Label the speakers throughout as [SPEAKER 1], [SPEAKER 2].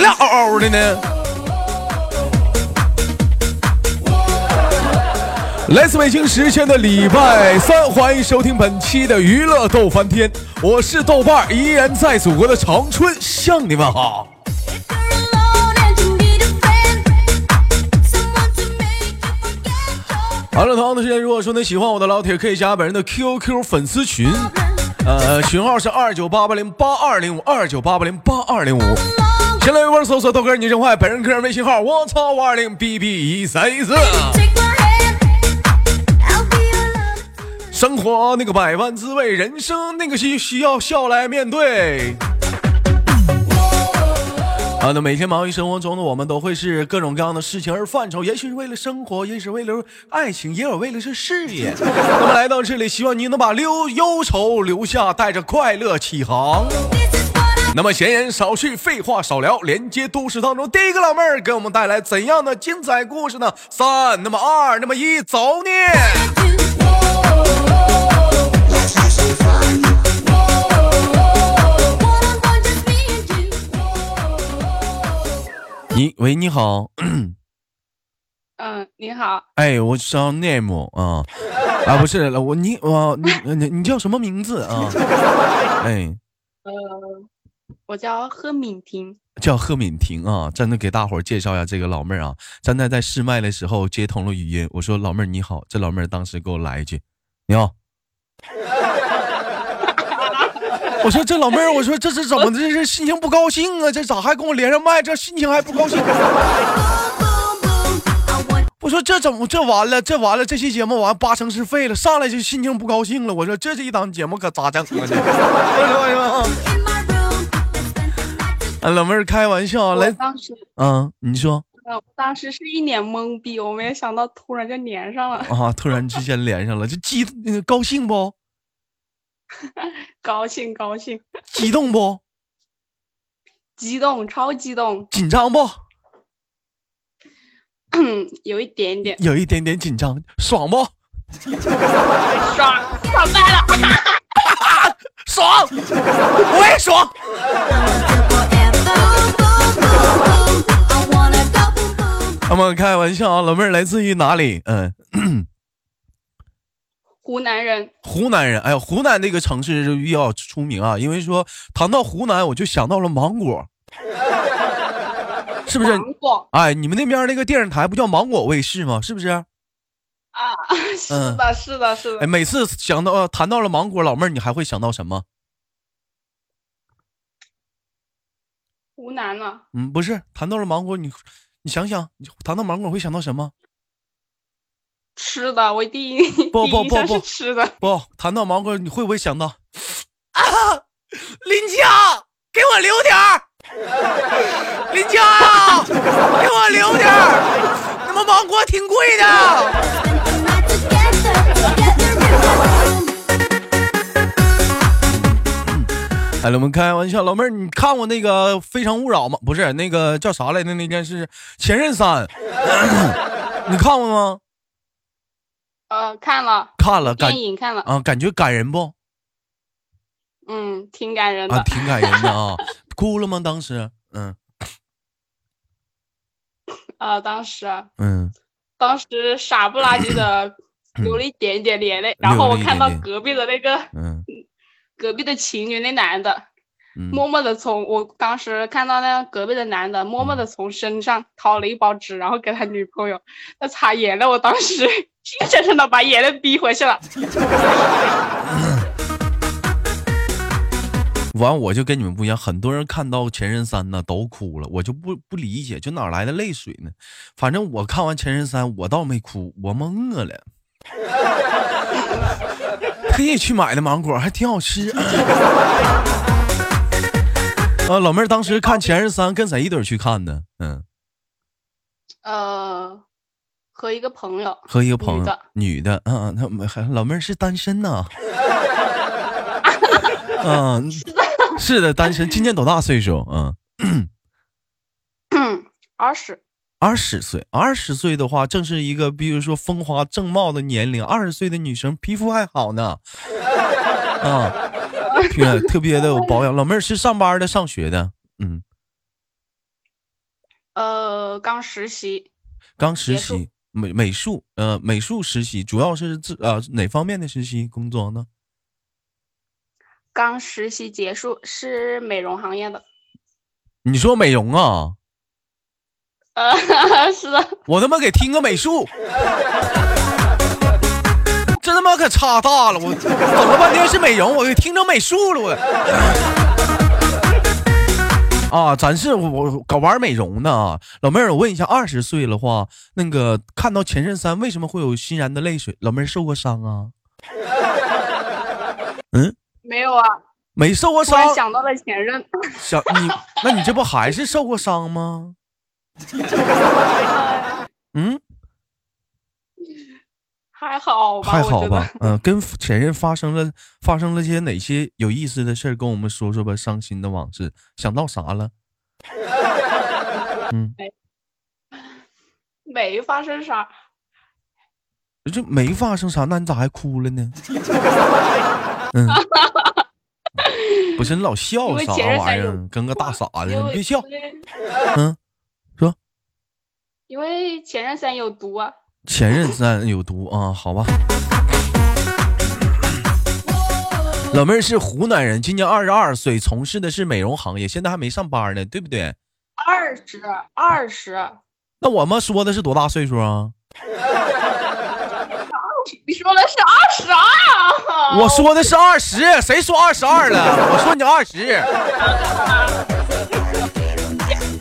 [SPEAKER 1] 俩嗷嗷的呢？来自北京时间的礼拜三，欢迎收听本期的娱乐逗翻天，我是豆瓣儿，依然在祖国的长春向你们好。好了，同样的时间，如果说你喜欢我的老铁，可以加本人的 QQ 粉丝群，呃，群号是二九八八零八二零五二九八八零八二零五。新浪微博搜索豆哥你真坏，本人个人微信号我操五二零 bb 一三一四。生活那个百般滋味，人生那个需需要笑来面对。好的，每天忙于生活中的我们，都会是各种各样的事情而犯愁，也许是为了生活，也许是为了爱情，也有为了是事 业。那么来到这里，希望你能把忧忧愁留下，带着快乐起航。那么闲言少叙，废话少聊，连接都市当中第一个老妹儿给我们带来怎样的精彩故事呢？三，那么二，那么一，走你！你喂，你好，
[SPEAKER 2] 嗯，你好，
[SPEAKER 1] 哎，我叫 name 啊，啊不是我你我你你你叫什么名字啊？哎，
[SPEAKER 2] 我叫贺敏婷。
[SPEAKER 1] 叫贺敏婷啊，真的给大伙儿介绍一下这个老妹儿啊。咱在在试麦的时候接通了语音，我说老妹儿你好，这老妹儿当时给我来一句你好， 我说这老妹儿，我说这是怎么的？这是心情不高兴啊？这咋还跟我连上麦？这心情还不高兴？我说这怎么这完了？这完了，这期节目完八成是废了，上来就心情不高兴了。我说这这一档节目可咋整啊？这啊，老妹儿开玩笑
[SPEAKER 2] 我
[SPEAKER 1] 哦来，
[SPEAKER 2] 当时，
[SPEAKER 1] 嗯，你说
[SPEAKER 2] 呃，我当时是一脸懵逼，我没有想到突然就连上了，
[SPEAKER 1] 啊，突然之间连上了，这激呃高兴不？
[SPEAKER 2] 高兴高兴，
[SPEAKER 1] 激动不？
[SPEAKER 2] 激动，超激动，
[SPEAKER 1] 紧张不？
[SPEAKER 2] 有一点点
[SPEAKER 1] 有一点点紧张，爽不？嗯
[SPEAKER 2] 爽，爽翻了。
[SPEAKER 1] 爽，我也爽。他们开玩笑啊，老妹儿来自于哪里？嗯，
[SPEAKER 2] 湖南人，
[SPEAKER 1] 湖南人。哎呦，湖南那个城市就比较出名啊，因为说谈到湖南，我就想到了芒 果，是不是？
[SPEAKER 2] 芒果
[SPEAKER 1] 哎，你们那边那个电视台不叫芒果卫视吗？是不是？
[SPEAKER 2] 啊，是
[SPEAKER 1] 嗯
[SPEAKER 2] 的，是的，是
[SPEAKER 1] 哎，
[SPEAKER 2] 的，
[SPEAKER 1] 每次想到谈到了芒果，老妹儿，你还会想到什么？
[SPEAKER 2] 湖南了，
[SPEAKER 1] 嗯，不是，谈到了芒果，你你想想，你谈到芒果会想到什么？
[SPEAKER 2] 吃的，我第一
[SPEAKER 1] 不
[SPEAKER 2] 第
[SPEAKER 1] 不
[SPEAKER 2] 一印
[SPEAKER 1] 不
[SPEAKER 2] 象
[SPEAKER 1] 不
[SPEAKER 2] 是吃的，
[SPEAKER 1] 不，谈到芒果，你会不会想到啊？林江，给我留点儿！林江，给我留点儿！他妈芒果挺贵的。哎，我们开玩笑，老妹儿，你看过那个《非诚勿扰》吗？不是，那个叫啥来着？那件事《前任三》 你看过吗？
[SPEAKER 2] 呃，看了
[SPEAKER 1] 看了，感
[SPEAKER 2] 电影看了，
[SPEAKER 1] 啊，感觉感人不？
[SPEAKER 2] 嗯，挺感人
[SPEAKER 1] 啊，
[SPEAKER 2] 的，
[SPEAKER 1] 挺感人的啊。哭了吗？当时？嗯
[SPEAKER 2] 啊，当时啊
[SPEAKER 1] 嗯。
[SPEAKER 2] 当时傻不拉几的流了一点点眼泪，然后
[SPEAKER 1] 流
[SPEAKER 2] 我
[SPEAKER 1] 了一
[SPEAKER 2] 看到
[SPEAKER 1] 点点
[SPEAKER 2] 隔壁的那个
[SPEAKER 1] 嗯
[SPEAKER 2] 隔壁的情侣那男的，
[SPEAKER 1] 嗯，
[SPEAKER 2] 默默的从我当时看到那隔壁的男的默默的从身上掏了一包纸，然后给他女朋友那擦眼泪，我当时 硬生生的把眼泪逼回去了。
[SPEAKER 1] 完我就跟你们不一样，很多人看到《前任三》呢都哭了，我就不不理解，就哪来的泪水呢？反正我看完《前任三》，我倒没哭，我蒙饿 了。特意去买的芒果还挺好吃。 啊，老妹儿当时看《前任三》跟谁一堆去看的？嗯，
[SPEAKER 2] 呃，和一个朋友，
[SPEAKER 1] 和一个朋
[SPEAKER 2] 女
[SPEAKER 1] 友
[SPEAKER 2] 的，
[SPEAKER 1] 女的，嗯嗯，他们还老妹儿是单身 呐。嗯，是的，单身。今年多大岁数？嗯。
[SPEAKER 2] 二十，
[SPEAKER 1] 二十岁，二十岁的话，正是一个比如说风华正茂的年龄。二十岁的女生皮肤还好呢，啊， 特特别的有保养。老妹儿是上班的，上学的，嗯，
[SPEAKER 2] 呃，刚实习，
[SPEAKER 1] 刚实
[SPEAKER 2] 结束
[SPEAKER 1] 习美美术，呃，美术实习主要是自呃哪方面的实习工作呢？
[SPEAKER 2] 刚实习结束是美容行业的。
[SPEAKER 1] 你说美容啊？
[SPEAKER 2] 呃， 是的，
[SPEAKER 1] 我他妈给听个美术，真他妈可差大了！我整了半天是美容，我给听成美术了我。啊，咱是我我搞玩美容的啊，老妹儿，我问一下，二十岁的话，那个看到前任三为什么会有欣然的泪水？老妹儿受过伤啊？嗯，
[SPEAKER 2] 没有啊，
[SPEAKER 1] 没受过
[SPEAKER 2] 突然
[SPEAKER 1] 伤，
[SPEAKER 2] 想到了前任，
[SPEAKER 1] 小你，那你这不还是受过伤吗？嗯，
[SPEAKER 2] 还好吧？
[SPEAKER 1] 还
[SPEAKER 2] 我
[SPEAKER 1] 好
[SPEAKER 2] 觉
[SPEAKER 1] 吧
[SPEAKER 2] 得，
[SPEAKER 1] 嗯、跟前任发生了发生了些哪些有意思的事儿，跟我们说说吧，伤心的往事，想到啥了？嗯，
[SPEAKER 2] 没发生啥，
[SPEAKER 1] 这没发生啥，那你咋还哭了呢？ 嗯，不是你老笑
[SPEAKER 2] 因为
[SPEAKER 1] 啥
[SPEAKER 2] 前任
[SPEAKER 1] 玩
[SPEAKER 2] 三
[SPEAKER 1] 意
[SPEAKER 2] 有啊
[SPEAKER 1] 儿，跟个大傻子似
[SPEAKER 2] 因
[SPEAKER 1] 的，
[SPEAKER 2] 为啊
[SPEAKER 1] 你别笑
[SPEAKER 2] 因，为
[SPEAKER 1] 嗯，
[SPEAKER 2] 因为前任三有毒啊。
[SPEAKER 1] 前任三有毒啊，好吧。老妹儿是湖南人，今年二十二岁，从事的是美容行业，现在还没上班呢，对不对？
[SPEAKER 2] 二十二十，
[SPEAKER 1] 那我们说的是多大岁数啊？
[SPEAKER 2] 你说的是二啊十二，
[SPEAKER 1] 我说的是二十，谁说二十二了？我说你二十，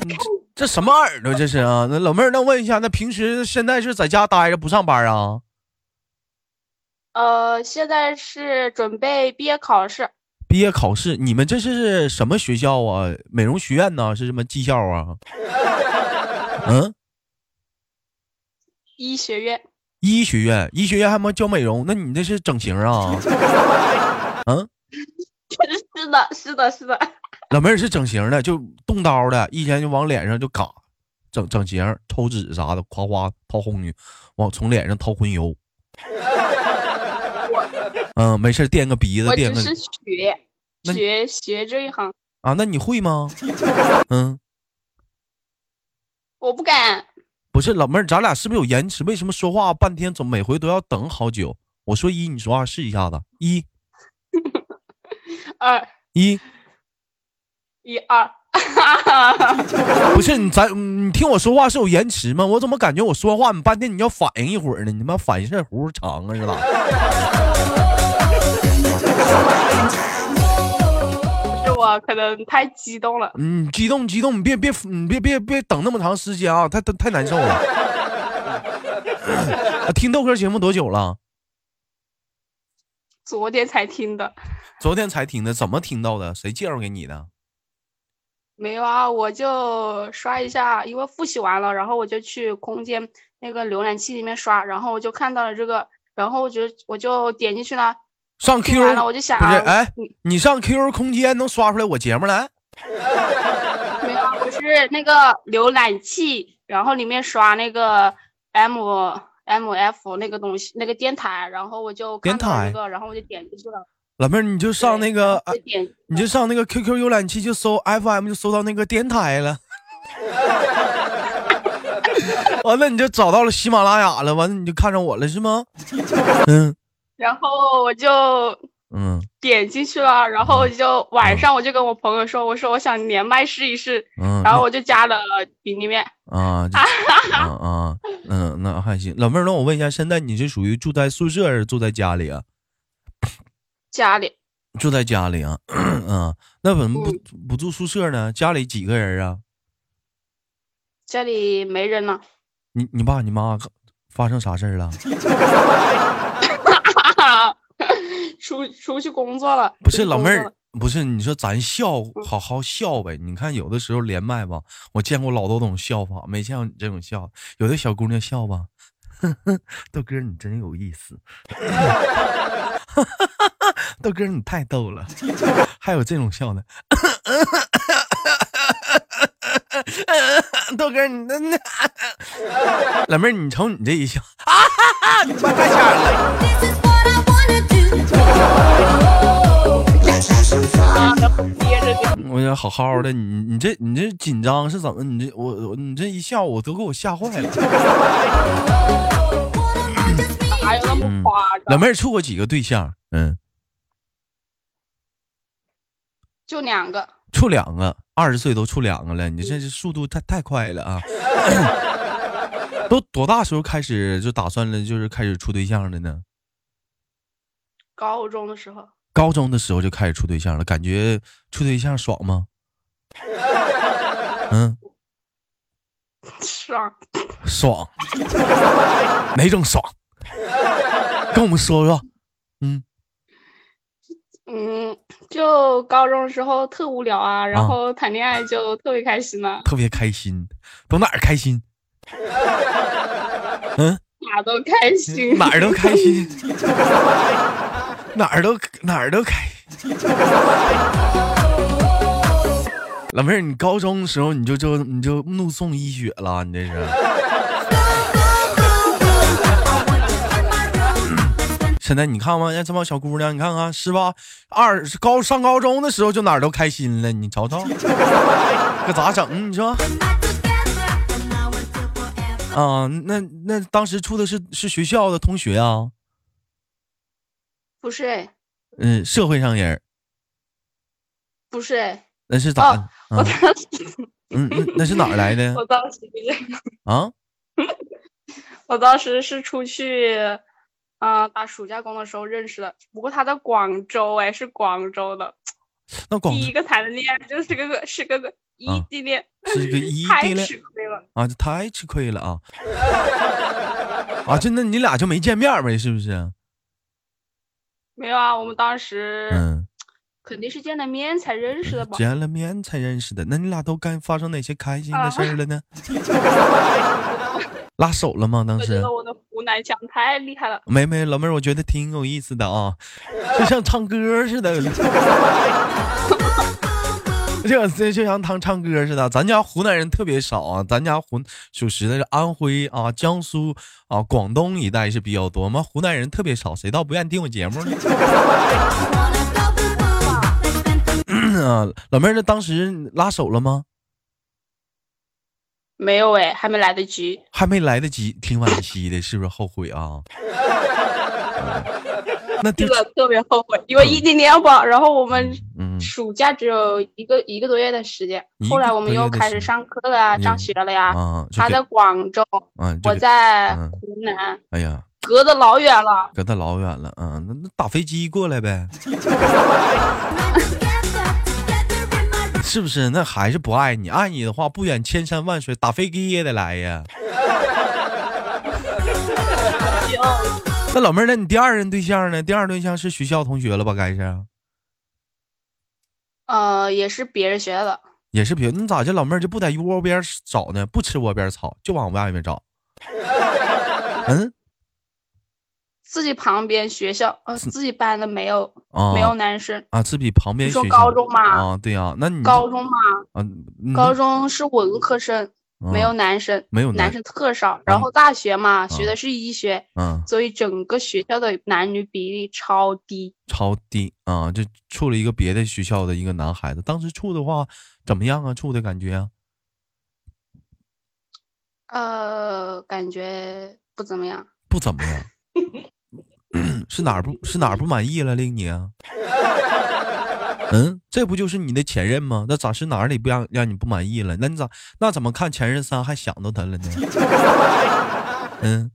[SPEAKER 1] 你这这什么耳朵这是啊？那老妹儿，那问一下，那平时现在是在家待着不上班啊？
[SPEAKER 2] 呃，现在是准备毕业考试，
[SPEAKER 1] 毕业考试，你们这是什么学校啊？美容学院呢？是什么技校啊？嗯，
[SPEAKER 2] 医学院
[SPEAKER 1] 医学院，医学院还没教美容，那你这是整形啊？嗯，
[SPEAKER 2] 是的，是的，是的，
[SPEAKER 1] 老妹儿是整形的，就动刀的，一天就往脸上就嘎，整整形、抽脂啥的，夸夸掏红油，往从脸上掏红油。嗯，没事儿，垫个鼻子
[SPEAKER 2] 我，
[SPEAKER 1] 垫
[SPEAKER 2] 只
[SPEAKER 1] 个
[SPEAKER 2] 是学
[SPEAKER 1] 那你
[SPEAKER 2] 学学这一行，
[SPEAKER 1] 啊，那你会吗？嗯，
[SPEAKER 2] 我不敢，
[SPEAKER 1] 不是，老妹儿，咱俩是不是有延迟？为什么说话半天，怎么每回都要等好久？我说一，你说二，试一下子，一
[SPEAKER 2] 二
[SPEAKER 1] 一，
[SPEAKER 2] 一二，
[SPEAKER 1] 不是你咱嗯你听我说话是有延迟吗？我怎么感觉我说话你半天你要反应一会儿呢？你他妈反应是弧长啊是咋？
[SPEAKER 2] 是我可能太激动了，
[SPEAKER 1] 嗯，激动激动，你别别你别别别等那么长时间啊，太太太难受了。 啊听豆哥节目多久了？
[SPEAKER 2] 昨天才听的，
[SPEAKER 1] 昨天才听的，怎么听到的？谁介绍给你的？
[SPEAKER 2] 没有啊，我就刷一下，因为复习完了，然后我就去空间那个浏览器里面刷，然后我就看到了这个，然后我就我就点进去了，
[SPEAKER 1] 上
[SPEAKER 2] 听完
[SPEAKER 1] Q
[SPEAKER 2] 了我就想
[SPEAKER 1] 不是？
[SPEAKER 2] 啊，
[SPEAKER 1] 哎
[SPEAKER 2] 你，
[SPEAKER 1] 你上 QQ 空间能刷出来我节目来？
[SPEAKER 2] 没有啊，我是那个浏览器，然后里面刷那个 M M F 那个东西，那个电台，然后我就看
[SPEAKER 1] 电
[SPEAKER 2] 到
[SPEAKER 1] 台啊
[SPEAKER 2] 那个，然后我就点进去了。
[SPEAKER 1] 老妹儿，你就上
[SPEAKER 2] 对
[SPEAKER 1] 那个，
[SPEAKER 2] 我就点进
[SPEAKER 1] 你就上那个 QQ 浏览器，就搜 FM，就搜到那个电台了。 完了，你就找到了喜马拉雅了，完了你就看上我了是吗？ 嗯
[SPEAKER 2] 然后我就
[SPEAKER 1] 嗯
[SPEAKER 2] 点进去了，然后我就晚上我就跟我朋友说，我说我想连麦试一试，
[SPEAKER 1] 嗯。
[SPEAKER 2] 然后我就加了群里面，
[SPEAKER 1] 啊，这啊啊，嗯，那还行。老妹儿，那我问一下，现在你是属于住在宿舍还是住在家里啊？
[SPEAKER 2] 家里
[SPEAKER 1] 住在家里 啊，嗯，那怎么不不住宿舍呢？家里几个人啊？
[SPEAKER 2] 家里没人了，
[SPEAKER 1] 你你爸你妈发生啥事儿了？
[SPEAKER 2] 出出去工作了。
[SPEAKER 1] 不
[SPEAKER 2] 出
[SPEAKER 1] 是
[SPEAKER 2] 去
[SPEAKER 1] 老
[SPEAKER 2] 工
[SPEAKER 1] 妹
[SPEAKER 2] 作
[SPEAKER 1] 儿
[SPEAKER 2] 了，
[SPEAKER 1] 不是，你说嗯咱笑，好好笑呗。你看有的时候连麦吧，我见过老多种笑法，没见过你这种笑。有的小姑娘笑吧， 豆哥你真有意 思，豆哥你太逗了，还有这种笑的。豆哥，你那那 老妹儿，你瞅你这一笑，啊哈哈，你他妈太吓人了！
[SPEAKER 3] This is what I wanna do.
[SPEAKER 2] 啊，然后憋着就
[SPEAKER 1] 我想好好的，你你这你这紧张是怎么？你这我我你这一下午都给我吓坏了。
[SPEAKER 2] 哪有那么夸
[SPEAKER 1] 嗯老
[SPEAKER 2] 张？
[SPEAKER 1] 妹儿处过几个对象？嗯，
[SPEAKER 2] 就两个，
[SPEAKER 1] 处两个，二十岁都处两个了，你这是速度太太快了啊！ 都多大时候开始就打算了，就是开始处对象的呢？
[SPEAKER 2] 高中的时候
[SPEAKER 1] 高中的时候就开始处对象了，感觉处对象爽吗？嗯，
[SPEAKER 2] 爽，
[SPEAKER 1] 爽，哪种爽？跟我们说说。嗯，
[SPEAKER 2] 嗯，就高中的时候特无聊啊，
[SPEAKER 1] 啊
[SPEAKER 2] 然后谈恋爱就特别开心呢、
[SPEAKER 1] 特别开心，都哪儿开心？嗯，
[SPEAKER 2] 哪都开 心，
[SPEAKER 1] 哪儿都开心，哪儿都哪儿都开。老妹儿，你高中的时候你就就你就怒送一血了，你这是？现在你看吧，人家这帮小姑娘，你看看是吧？二高上高中的时候就哪儿都开心了，你瞅瞅，可咋整？你说？啊，那那当时处的是是学校的同学啊，
[SPEAKER 2] 不是哎，
[SPEAKER 1] 嗯，社会上人儿，
[SPEAKER 2] 不是哎，
[SPEAKER 1] 那是咋？
[SPEAKER 2] 哦我
[SPEAKER 1] 嗯
[SPEAKER 2] 当时
[SPEAKER 1] 嗯，那那是哪儿来的
[SPEAKER 2] 我当时不是
[SPEAKER 1] 啊？
[SPEAKER 2] 我当时是出去，嗯、打暑假工的时候认识的，不过他在广州哎，是广州的，
[SPEAKER 1] 那广
[SPEAKER 2] 第一
[SPEAKER 1] 州
[SPEAKER 2] 个谈的恋爱就是个个是个个异
[SPEAKER 1] 啊
[SPEAKER 2] 地恋，
[SPEAKER 1] 是一个异
[SPEAKER 2] 太
[SPEAKER 1] 地恋
[SPEAKER 2] 吃亏了。
[SPEAKER 1] 啊，这太吃亏了啊！啊，就那你俩就没见面呗，是不啊是？
[SPEAKER 2] 没有啊，我们当时
[SPEAKER 1] 嗯，
[SPEAKER 2] 肯定是见了面才认识的吧？
[SPEAKER 1] 见了面才认识的。那你俩都干发生哪些开
[SPEAKER 2] 啊
[SPEAKER 1] 心的事儿了 呢？拉手了吗？当
[SPEAKER 2] 我觉
[SPEAKER 1] 时
[SPEAKER 2] 得我的湖南腔太厉害了，
[SPEAKER 1] 没没，老妹儿，我觉得挺有意思的啊，就像唱歌似的。就这就像他唱歌似的，咱家湖南人特别少啊，咱家湖属实的是安徽啊、江苏啊、广东一带是比较多，我们湖南人特别少，谁倒不愿意听我节目呢？啊，老妹儿，那当时拉手了吗？
[SPEAKER 2] 没有哎，还没来得及。
[SPEAKER 1] 还没来得及，挺惋惜的，是不是后悔啊？那
[SPEAKER 2] 这
[SPEAKER 1] 就
[SPEAKER 2] 个特别后悔，因为异地恋吧，然后我们
[SPEAKER 1] 嗯，
[SPEAKER 2] 暑假只有一个一个多月的时间
[SPEAKER 1] 一，
[SPEAKER 2] 后来
[SPEAKER 1] 个
[SPEAKER 2] 我们
[SPEAKER 1] 多月
[SPEAKER 2] 又
[SPEAKER 1] 的
[SPEAKER 2] 开
[SPEAKER 1] 时
[SPEAKER 2] 始
[SPEAKER 1] 间
[SPEAKER 2] 上课了呀，
[SPEAKER 1] 嗯
[SPEAKER 2] 上学了呀。
[SPEAKER 1] 啊，就
[SPEAKER 2] 他
[SPEAKER 1] 给
[SPEAKER 2] 在广州，
[SPEAKER 1] 啊，就
[SPEAKER 2] 我
[SPEAKER 1] 给
[SPEAKER 2] 在
[SPEAKER 1] 嗯
[SPEAKER 2] 湖南，
[SPEAKER 1] 哎呀，
[SPEAKER 2] 隔得老远了。
[SPEAKER 1] 搁那老远了，嗯，那那打飞机过来呗， 是不是？那还是不爱你，爱你的话不远千山万水，打飞机也得来呀。那老妹儿，那你第二任对象呢？第二对象是学校同学了吧？该是，
[SPEAKER 2] 呃，也是别人学校的，
[SPEAKER 1] 也是别，你咋这老妹儿就不在窝边找呢？不吃窝边草，就往外面找。嗯
[SPEAKER 2] 自己旁边学校，呃，自己班的没有
[SPEAKER 1] 啊
[SPEAKER 2] 没有男生。
[SPEAKER 1] 啊，自己旁边
[SPEAKER 2] 你
[SPEAKER 1] 学校
[SPEAKER 2] 说高中嘛，
[SPEAKER 1] 啊，对啊，那你
[SPEAKER 2] 高中嘛，
[SPEAKER 1] 啊，嗯
[SPEAKER 2] 高中是文科生，没有
[SPEAKER 1] 啊
[SPEAKER 2] 男生，
[SPEAKER 1] 没有
[SPEAKER 2] 男生特少。然后大学嘛，学的是医学，
[SPEAKER 1] 嗯。
[SPEAKER 2] 所以整个学校的男女比例超低。
[SPEAKER 1] 超低啊，就处了一个别的学校的一个男孩子。当时处的话怎么样啊？处的感觉啊？
[SPEAKER 2] 呃，感觉不怎么样。
[SPEAKER 1] 不怎么样， 是哪儿不是哪儿不满意了令你啊？嗯，这不就是你的前任吗？那咋是哪里不让让你不满意了？那你咋那怎么看前任三还想到他了呢？ 嗯，
[SPEAKER 2] 嗯，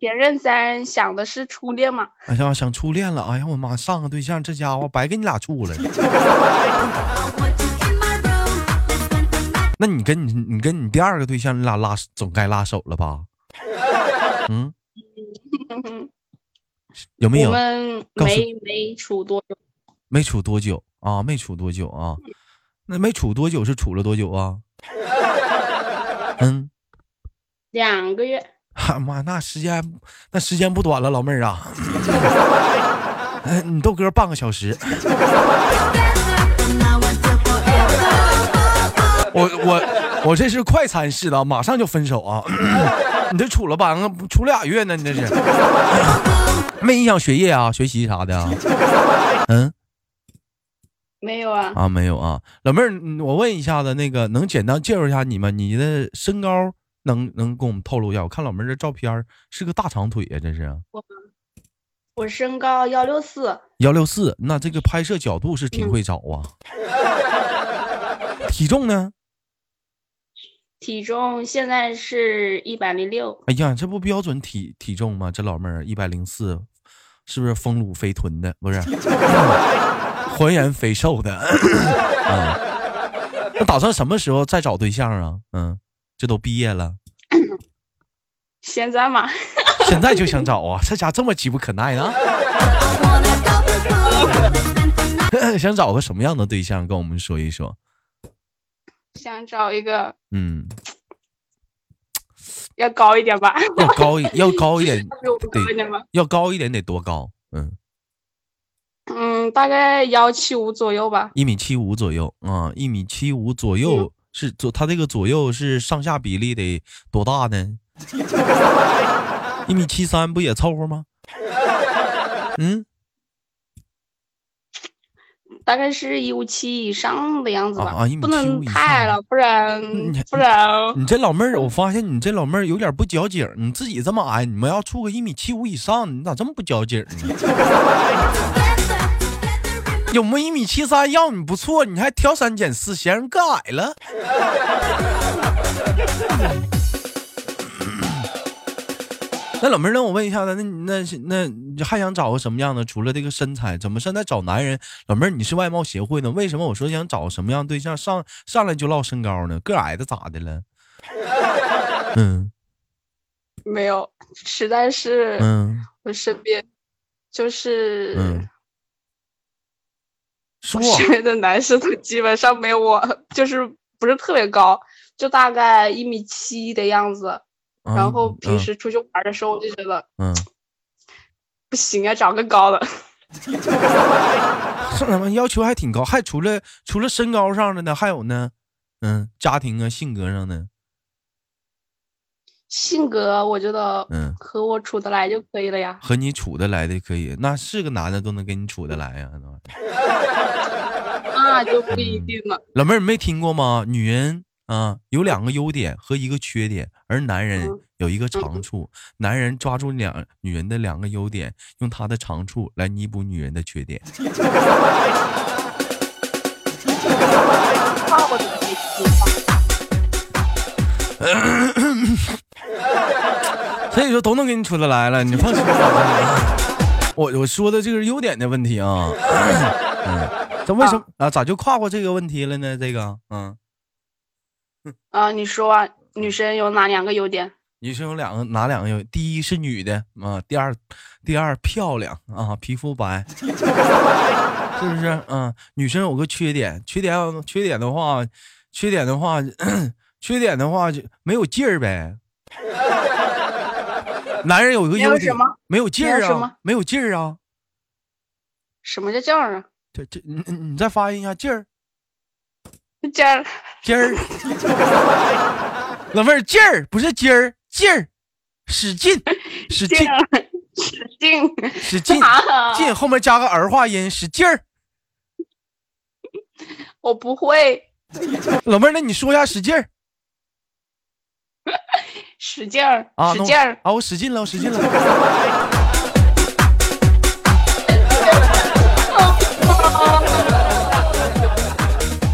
[SPEAKER 2] 前任三想的是初恋嘛，
[SPEAKER 1] 哎呀，想初恋了，哎呀，我妈，上个对象，这家伙白跟你俩处了。那你跟你你跟你第二个对象，你俩拉总该拉手了吧？ 嗯，有没
[SPEAKER 2] 嗯我
[SPEAKER 1] 有
[SPEAKER 2] 们
[SPEAKER 1] 告诉
[SPEAKER 2] 没没处多久，
[SPEAKER 1] 没处多久啊？没处多久啊？那没处多久是处了多久啊？ 嗯，
[SPEAKER 2] 两个月。
[SPEAKER 1] 哈妈，那时间那时间不短了，老妹儿啊， 哎，你豆哥半个小时，我我我这是快餐式的，马上就分手啊！ 你这处了半个处俩月呢，你这是 没影响学业啊、学习啥的啊？嗯，
[SPEAKER 2] 没有啊，
[SPEAKER 1] 啊，没有啊，老妹儿，嗯我问一下子，那个能简单介绍一下你吗？你的身高能能跟我们透露一下？我看老妹儿这照片儿是个大长腿呀、这是啊
[SPEAKER 2] 我身高幺六四，
[SPEAKER 1] 幺六四，那这个拍摄角度是挺会找啊。体重呢？
[SPEAKER 2] 体重现在是一百零六，
[SPEAKER 1] 哎呀，这不标准体体重吗？这老妹儿一百零四，是不是丰乳肥臀的？不是， 浑然肥瘦的。嗯，那打算什么时候再找对象啊？嗯，这都毕业了。
[SPEAKER 2] 现在嘛，
[SPEAKER 1] 现在就想找啊，这家这么急不可耐呢？ 想找个什么样的对象，跟我们说一说。
[SPEAKER 2] 想找一个
[SPEAKER 1] 嗯，
[SPEAKER 2] 要高一点吧，
[SPEAKER 1] 要高一 要高一点，
[SPEAKER 2] 比我高一点吧，
[SPEAKER 1] 要高一点得多高？嗯，
[SPEAKER 2] 嗯，大概幺七五左右吧，
[SPEAKER 1] 一米七五左右啊，一、米七五左右、是左，他这个左右是上下比例得多大呢？一米七三不也凑合吗？嗯，
[SPEAKER 2] 大概是一五七以上的样子吧，
[SPEAKER 1] 啊啊1.75
[SPEAKER 2] 不能
[SPEAKER 1] 以上嗯
[SPEAKER 2] 太矮了，不然
[SPEAKER 1] 你
[SPEAKER 2] 不然
[SPEAKER 1] 你这老妹儿，我发现你这老妹儿有点不矫情儿。你自己这么矮，你们要处个一米七五以上，你咋这么不矫情儿呢？有没有一米七三要你不错，你还挑三拣四，嫌人个矮了。那老妹儿，那我问一下子，那你那是那你还想找个什么样的？除了这个身材，怎么现在找男人？老妹儿，你是外貌协会呢？为什么我说想找什么样对象，上上来就唠身高呢？个矮的咋的了？ 嗯
[SPEAKER 2] 没有，实在是
[SPEAKER 1] 嗯
[SPEAKER 2] 我身边就是。
[SPEAKER 1] 嗯，说
[SPEAKER 2] 我身边的男生都基本上没有我，就是不是特别高，就大概一米七的样子。然后平时出去玩的时候，我就觉得
[SPEAKER 1] 嗯，
[SPEAKER 2] 不行啊，找个高的。
[SPEAKER 1] 上他妈要求还挺高，还除了除了身高上的呢，还有呢，嗯，家庭啊，性格上的，
[SPEAKER 2] 性格我觉得
[SPEAKER 1] 嗯
[SPEAKER 2] 和我处得来就可以了 呀。
[SPEAKER 1] 和你处得来的可以，那是个男的都能跟你处得来呀、那玩意儿
[SPEAKER 2] 那啊就不一
[SPEAKER 1] 嗯
[SPEAKER 2] 定了。
[SPEAKER 1] 老妹儿，你没听过吗？女人啊，有两个优点和一个缺点，而男人
[SPEAKER 2] 嗯
[SPEAKER 1] 有一个长处。男人抓住两女人的两个优点，用他的长处来弥补女人的缺点。
[SPEAKER 2] 那我怎么没听
[SPEAKER 1] 所以说都能给你处得来了，你放心 吧。我我说的这个是优点的问题啊，嗯，这为什么啊？咋就跨过这个问题了呢？这个，嗯，
[SPEAKER 2] 啊、你说啊，女生有哪两个优点？
[SPEAKER 1] 你是有两个哪两个优点？第一是女的啊，第二第二漂亮啊，皮肤白， 是不是？嗯，女生有个缺点，缺点缺点的话，缺点的话， 缺点的话就没有劲儿 呗。男人有一个
[SPEAKER 2] 没有
[SPEAKER 1] 优点
[SPEAKER 2] 什么，
[SPEAKER 1] 没有劲儿
[SPEAKER 2] 没有什么
[SPEAKER 1] 啊，没有劲儿啊。
[SPEAKER 2] 什么叫劲儿啊？
[SPEAKER 1] 这这，你你你再发音一下劲儿
[SPEAKER 2] 劲儿
[SPEAKER 1] 劲儿，老妹儿劲儿不是劲儿劲儿，使劲使
[SPEAKER 2] 劲
[SPEAKER 1] 劲
[SPEAKER 2] 儿，使劲
[SPEAKER 1] 使劲
[SPEAKER 2] 啊！
[SPEAKER 1] 劲后面加个儿化音，使劲儿。
[SPEAKER 2] 我不会
[SPEAKER 1] 老妹儿，那你说一下使劲儿
[SPEAKER 2] 使劲儿，
[SPEAKER 1] 啊？
[SPEAKER 2] 使
[SPEAKER 1] 那我
[SPEAKER 2] 劲儿。
[SPEAKER 1] 啊！我使劲了，我使劲了。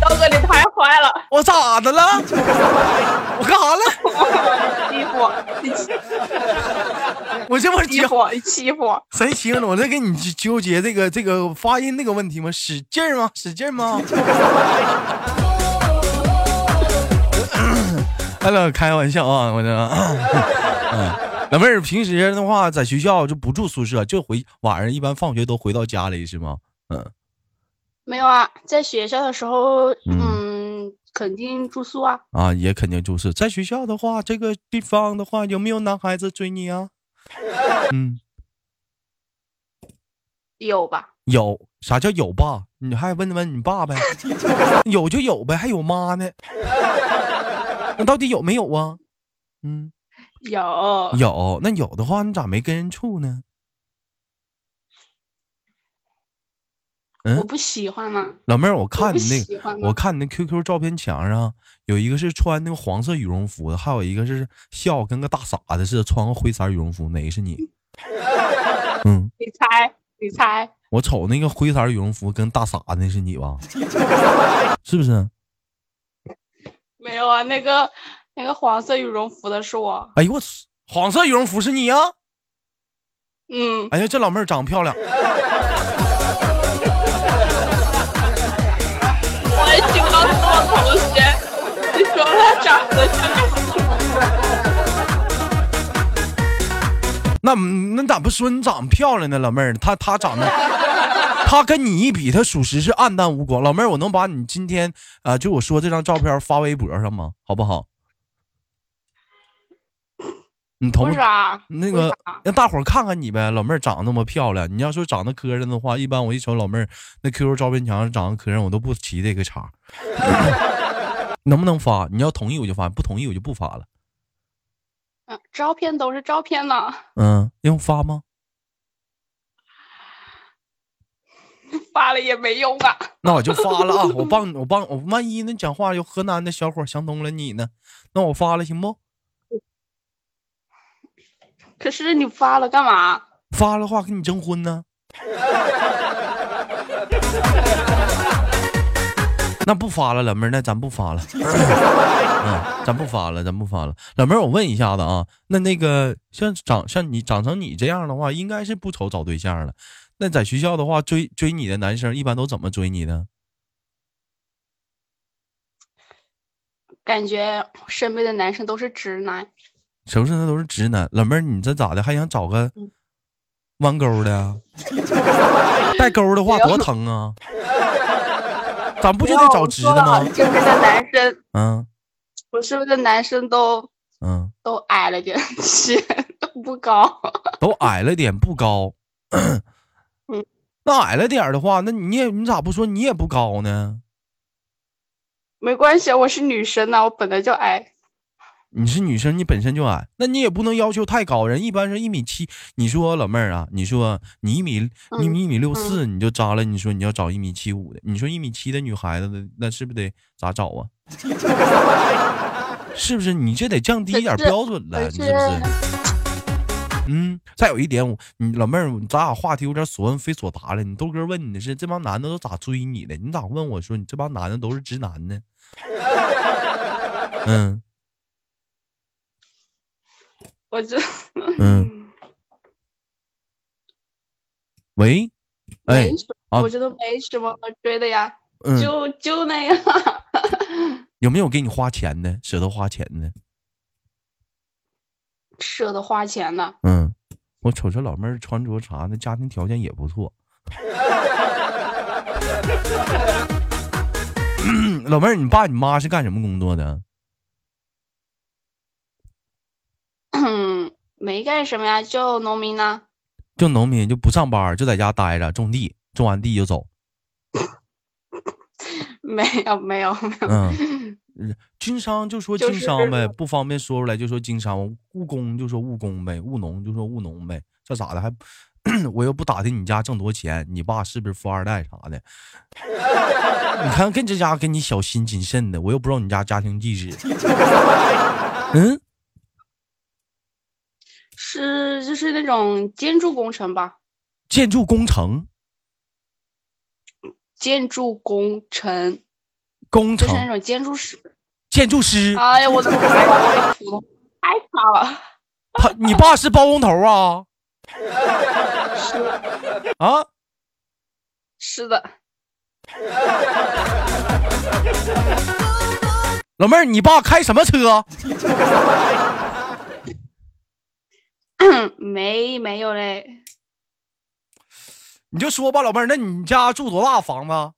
[SPEAKER 2] 刀哥，你太坏了！
[SPEAKER 1] 我咋的了？我干啥了？
[SPEAKER 2] 欺负我，你 欺
[SPEAKER 1] 我这不是
[SPEAKER 2] 欺
[SPEAKER 1] 结
[SPEAKER 2] 负我，你欺负 我，
[SPEAKER 1] 谁行了？我在跟你纠纠结这个这个发音那个问题吗？使劲儿吗？使劲儿吗？ 哎了，开玩笑啊，我这， 嗯，老妹儿平时的话，在学校就不住宿舍，就回晚上一般放学都回到家里是吗？嗯，
[SPEAKER 2] 没有啊，在学校的时候，
[SPEAKER 1] 嗯
[SPEAKER 2] 嗯，肯定住宿啊，
[SPEAKER 1] 啊，也肯定就是在学校的话，这个地方的话，有没有男孩子追你啊？嗯，
[SPEAKER 2] 有吧？
[SPEAKER 1] 有，啥叫有爸？你还问问你爸 呗，有就有呗，还有妈呢？那到底有没有啊？嗯，
[SPEAKER 2] 有，啊
[SPEAKER 1] 有。那有的话，你咋没跟人处呢？嗯
[SPEAKER 2] 我不喜欢嘛。
[SPEAKER 1] 老妹儿，我看
[SPEAKER 2] 不
[SPEAKER 1] 你那
[SPEAKER 2] 喜
[SPEAKER 1] 个
[SPEAKER 2] 欢，啊
[SPEAKER 1] 我
[SPEAKER 2] 吗
[SPEAKER 1] 看你那 QQ 照片墙上有一个是穿那个黄色羽绒服的，还有一个是笑跟个大傻子似的，穿个灰色羽绒服，哪个是你？ 嗯，
[SPEAKER 2] 你猜，你猜，
[SPEAKER 1] 我瞅那个灰色羽绒服跟大傻子那是你吧？ 是不是？
[SPEAKER 2] 没有啊？那个那个黄色羽绒服的是我，
[SPEAKER 1] 哎呦我去，黄色羽绒服是你啊呀、
[SPEAKER 2] 嗯，
[SPEAKER 1] 哎呀，这老妹儿长漂亮。
[SPEAKER 2] 我也喜欢我同学。你说他长得像个
[SPEAKER 1] 那那咋不说你长得漂亮呢，老妹儿？她她长得，她跟你一比，她属实是暗淡无光。老妹儿，我能把你今天啊、呃就我说这张照片发微博上吗？好不好？你同
[SPEAKER 2] 为
[SPEAKER 1] 不啊
[SPEAKER 2] 啥？
[SPEAKER 1] 那
[SPEAKER 2] 为
[SPEAKER 1] 个
[SPEAKER 2] 啥
[SPEAKER 1] 让大伙儿看看你呗，老妹儿长那么漂亮，你要说长得磕碜的话，一般我一瞅老妹儿那 QQ 照片墙上长得磕碜，我都不提这个茬儿。 能不能发？你要同意我就发，不同意我就不发了。
[SPEAKER 2] 嗯，照片都是照片呢，
[SPEAKER 1] 嗯，要发吗？
[SPEAKER 2] 发了也没用啊。
[SPEAKER 1] 那我就发了啊！我帮你，我帮我万一那讲话有河南的小伙想通了你呢，那我发了行不？
[SPEAKER 2] 可是你发了干嘛？
[SPEAKER 1] 发了话跟你征婚呢？ 那不发了，老妹儿，那咱不发了， 嗯，咱不发了，咱不发了。老妹儿，我问一下子啊，那那个像长像你长成你这样的话，应该是不愁找对象了。那在学校的话，追追你的男生一般都怎么追你呢？
[SPEAKER 2] 感觉身边的男生都是直男，
[SPEAKER 1] 是不是那都是直男？老妹儿，你这咋的？还想找个弯钩的、啊？带钩的话多疼啊！咱不就得找直的吗？
[SPEAKER 2] 身边的男生，
[SPEAKER 1] 嗯
[SPEAKER 2] 我身边的男生都
[SPEAKER 1] 嗯，
[SPEAKER 2] 都矮了点， 些都不高。
[SPEAKER 1] 都矮了点，不高。
[SPEAKER 2] 嗯
[SPEAKER 1] 那矮了点儿的话，那你也你咋不说你也不高呢？
[SPEAKER 2] 没关系，啊我是女生呐、我本来就矮。
[SPEAKER 1] 你是女生，你本身就矮，那你也不能要求太高。人一般是一米七，你说老妹儿啊，你说你一米，你
[SPEAKER 2] 嗯
[SPEAKER 1] 一米六四，你就扎了。你说你要找一米七五的，你说一米七的女孩子的，那是不是得咋找啊？ 是不是？你这得降低一点
[SPEAKER 2] 可是
[SPEAKER 1] 标准了，
[SPEAKER 2] 可
[SPEAKER 1] 你是不
[SPEAKER 2] 是
[SPEAKER 1] 是？嗯，再有一点，我你老妹儿，咱俩话题有点所问非所答了。你豆哥问你的是这帮男的都咋追你的？你咋问我说你这帮男的都是直男呢？ 嗯
[SPEAKER 2] 我这，
[SPEAKER 1] 嗯。喂，哎
[SPEAKER 2] 没什
[SPEAKER 1] 啊
[SPEAKER 2] 我觉得没什么好追的呀，
[SPEAKER 1] 嗯，
[SPEAKER 2] 就就那样。
[SPEAKER 1] 有没有给你花钱的，舍得花钱的？
[SPEAKER 2] 舍得花钱呢，
[SPEAKER 1] 嗯，我瞅这老妹儿穿着啥的，家庭条件也不错。 老妹儿，你爸你妈是干什么工作的？
[SPEAKER 2] 没干什么呀，就农民呐、
[SPEAKER 1] 就农民，就不上班儿，就在家待着，种地，种完地就走。
[SPEAKER 2] 没有没有没有，
[SPEAKER 1] 嗯，嗯经商就说
[SPEAKER 2] 就
[SPEAKER 1] 经
[SPEAKER 2] 是
[SPEAKER 1] 商呗，不方便说出来就说经商，务工就说务工呗，务农就说务农呗，这咋的还我又不打听你家挣多钱，你爸是不是富二代啥的？你看跟这家跟你小心谨慎的，我又不知道你家家庭地 址。嗯，
[SPEAKER 2] 是就是那种建筑工程吧，
[SPEAKER 1] 建筑工程，
[SPEAKER 2] 建筑工程
[SPEAKER 1] 工
[SPEAKER 2] 就是那
[SPEAKER 1] 程，
[SPEAKER 2] 种建筑师。
[SPEAKER 1] 建筑师，
[SPEAKER 2] 哎呀，我的妈呀，我的普通太差了。
[SPEAKER 1] 他你爸是包工头 啊？啊，
[SPEAKER 2] 是的，
[SPEAKER 1] 老妹儿，你爸开什么车？
[SPEAKER 2] 没没有嘞，
[SPEAKER 1] 你就说吧，老妹儿，那你家住多大房子？啊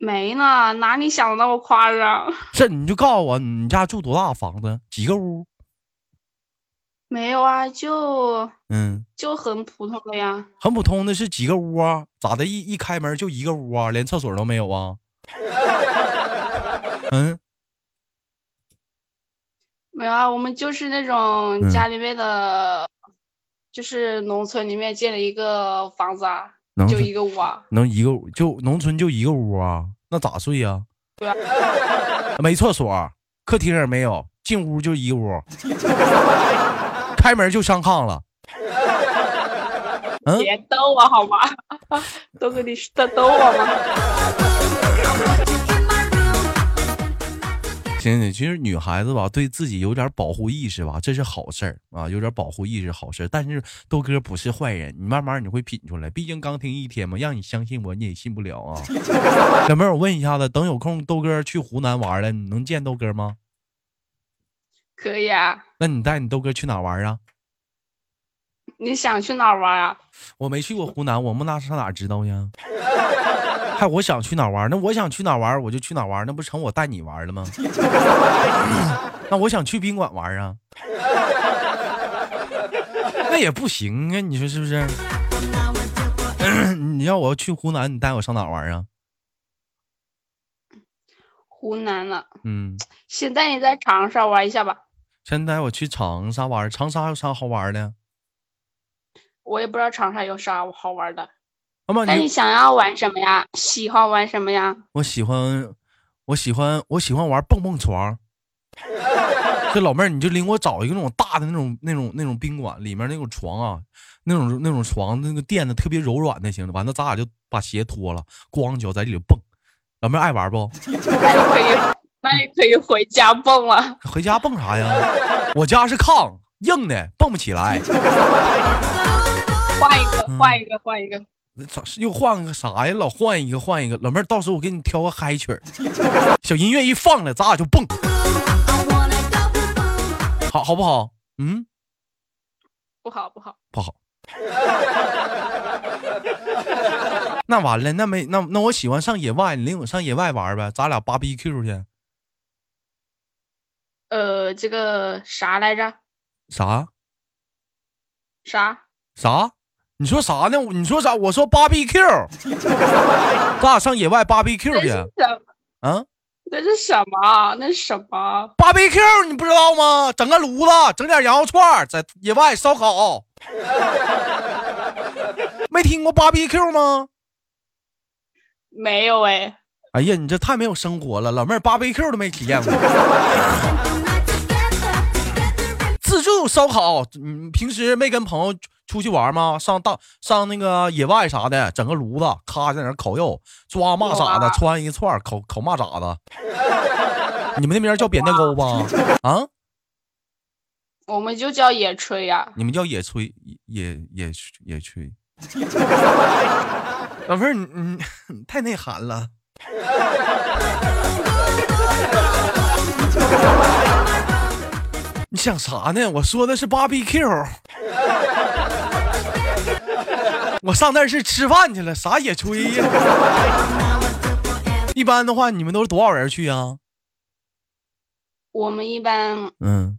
[SPEAKER 2] 没呢，哪里想的那么夸张？
[SPEAKER 1] 这你就告诉我，你家住多大房子？几个屋？
[SPEAKER 2] 没有啊，就
[SPEAKER 1] 嗯，
[SPEAKER 2] 就很普通的呀。
[SPEAKER 1] 很普通的是几个屋啊？咋的一？一开门就一个屋啊？连厕所都没有啊？ 嗯，
[SPEAKER 2] 没有啊，我们就是那
[SPEAKER 1] 嗯
[SPEAKER 2] 种家里面的，就是农村里面建了一个房子啊。
[SPEAKER 1] 能
[SPEAKER 2] 就一个屋啊，
[SPEAKER 1] 能一个屋就农村就一个屋啊？那咋睡呀、
[SPEAKER 2] 对啊，
[SPEAKER 1] 没厕所，客厅也没有，进屋就一屋， 开门就上炕了。嗯，
[SPEAKER 2] 别逗我好吗？ 都给你在逗我吗？
[SPEAKER 1] 行行，其实女孩子吧，对自己有点保护意识吧，这是好事儿啊，有点保护意识好事儿。但是豆哥不是坏人，你慢慢你会品出来。毕竟刚听一天嘛，让你相信我，你也信不了啊。 小妹儿，我问一下子，等有空豆哥去湖南玩了，你能见豆哥吗？
[SPEAKER 2] 可以啊，
[SPEAKER 1] 那你带你豆哥去哪儿玩啊？
[SPEAKER 2] 你想去哪儿玩啊？
[SPEAKER 1] 我没去过湖南，我们那上哪知道呀？ 还我想去哪儿玩？那我想去哪儿玩，我就去哪儿玩，那不成我带你玩了吗？ 那我想去宾馆玩啊， 那也不行啊，你说是不 是？你要我要去湖南，你带我上哪儿玩啊？
[SPEAKER 2] 湖南了，
[SPEAKER 1] 嗯，
[SPEAKER 2] 先带你在长沙玩一下吧。
[SPEAKER 1] 先带我去长沙玩，长沙有啥好玩的？
[SPEAKER 2] 我也不知道长沙有啥好玩的，
[SPEAKER 1] 那么
[SPEAKER 2] 那哎你
[SPEAKER 1] 你，
[SPEAKER 2] 想要玩什么呀？喜欢玩什么呀？
[SPEAKER 1] 我喜欢，我喜欢，我喜欢玩蹦蹦床。 这老妹儿，你就领我找一个那种大的那种、那种、那种宾馆，里面那种床啊，那种、那种床，那个垫子特别柔软的，行了。完了，咱俩就把鞋脱了，光脚在里头蹦。老妹儿爱玩不？
[SPEAKER 2] 那就可以，那也可以回家蹦了。
[SPEAKER 1] 回家蹦啥呀？我家是炕，硬的，蹦不起来。
[SPEAKER 2] 换一个，换一个，换一个。
[SPEAKER 1] 咋又换个啥呀？老换一个，换一个。老妹儿，到时候我给你挑个嗨曲儿， 小音乐一放了，咱俩就蹦，好好不好？嗯，
[SPEAKER 2] 不好，不好，
[SPEAKER 1] 不好。那完了，那没那那我喜欢上野外，你领我上野外玩呗，咱俩 BBQ 去。
[SPEAKER 2] 呃，这个啥来着？
[SPEAKER 1] 啥
[SPEAKER 2] 啥？
[SPEAKER 1] 啥？你说啥呢？你说啥？我说 BBQ，咱俩上野外 BBQ
[SPEAKER 2] 那
[SPEAKER 1] 去
[SPEAKER 2] 是
[SPEAKER 1] 啊
[SPEAKER 2] 什？
[SPEAKER 1] 嗯
[SPEAKER 2] 那是什么？那是什么？
[SPEAKER 1] BBQ 你不知道吗？整个炉子，整点羊肉串儿，在野外烧烤。 没听过 BBQ 吗？
[SPEAKER 2] 没有哎，
[SPEAKER 1] 哎呀，你这太没有生活了，老妹儿 BBQ 都没体验过。自助烧烤，你平时没跟朋友出去玩吗？上大上那个野外啥的，整个炉子，咔在那儿烤肉，抓蚂蚱
[SPEAKER 2] 哇
[SPEAKER 1] 子，穿一串儿烤烤蚂蚱子。 你们那边叫扁担沟吧？啊，
[SPEAKER 2] 我们就叫野炊呀、
[SPEAKER 1] 你们叫野炊，野野野炊。 老妹儿，你你你太内涵了。你想啥呢？我说的是 BBQ，我上那儿是吃饭去了，啥野炊呀？ 一般的话，你们都是多少人去啊？
[SPEAKER 2] 我们一般
[SPEAKER 1] 嗯，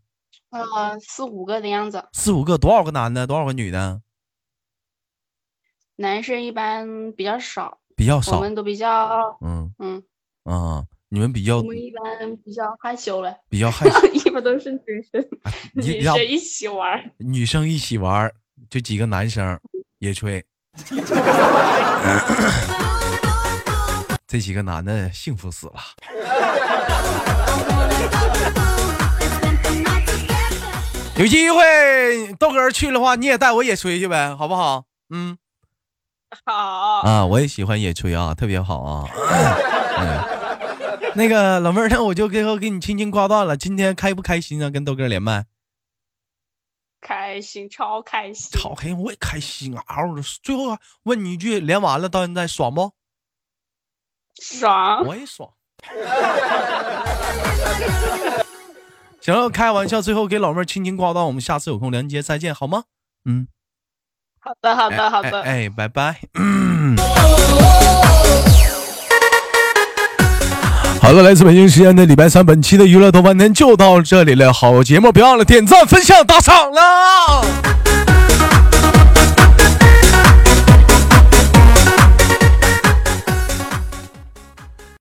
[SPEAKER 2] 呃四五个的样子，
[SPEAKER 1] 四五个，多少个男的，多少个女的？
[SPEAKER 2] 男生一般比较少，
[SPEAKER 1] 比较
[SPEAKER 2] 我
[SPEAKER 1] 少。
[SPEAKER 2] 们都比较
[SPEAKER 1] 嗯
[SPEAKER 2] 嗯，
[SPEAKER 1] 啊，你们比较
[SPEAKER 2] 我们一般比较害羞了，
[SPEAKER 1] 比较害羞。
[SPEAKER 2] 一般都是女生
[SPEAKER 1] 哎你
[SPEAKER 2] 女
[SPEAKER 1] 让
[SPEAKER 2] 生一起玩儿，
[SPEAKER 1] 女生一起玩儿，就几个男生也吹。这几个男的幸福死了。有机会豆哥去的话，你也带我也吹去呗，好不好？嗯
[SPEAKER 2] 好，
[SPEAKER 1] 啊，我也喜欢野炊啊，特别好啊。 嗯， 那个老妹儿，那我就最后给你轻轻挂断了。今天开不开心啊？跟豆哥连麦。
[SPEAKER 2] 开心，超开心，
[SPEAKER 1] 操，黑我也开心啊！嗷的，最后啊问你一句，连完了到现在爽不？
[SPEAKER 2] 爽，
[SPEAKER 1] 我也爽。行了，开玩笑，最后给老妹儿轻轻挂断，我们下次有空连接再见，好吗？嗯，
[SPEAKER 2] 好的，好的，好
[SPEAKER 1] 哎
[SPEAKER 2] 的。
[SPEAKER 1] 哎，拜拜。好了，来自北京时间的礼拜三，本期的娱乐豆瓣天就到这里了。好节目，别忘了点赞、分享、打赏了。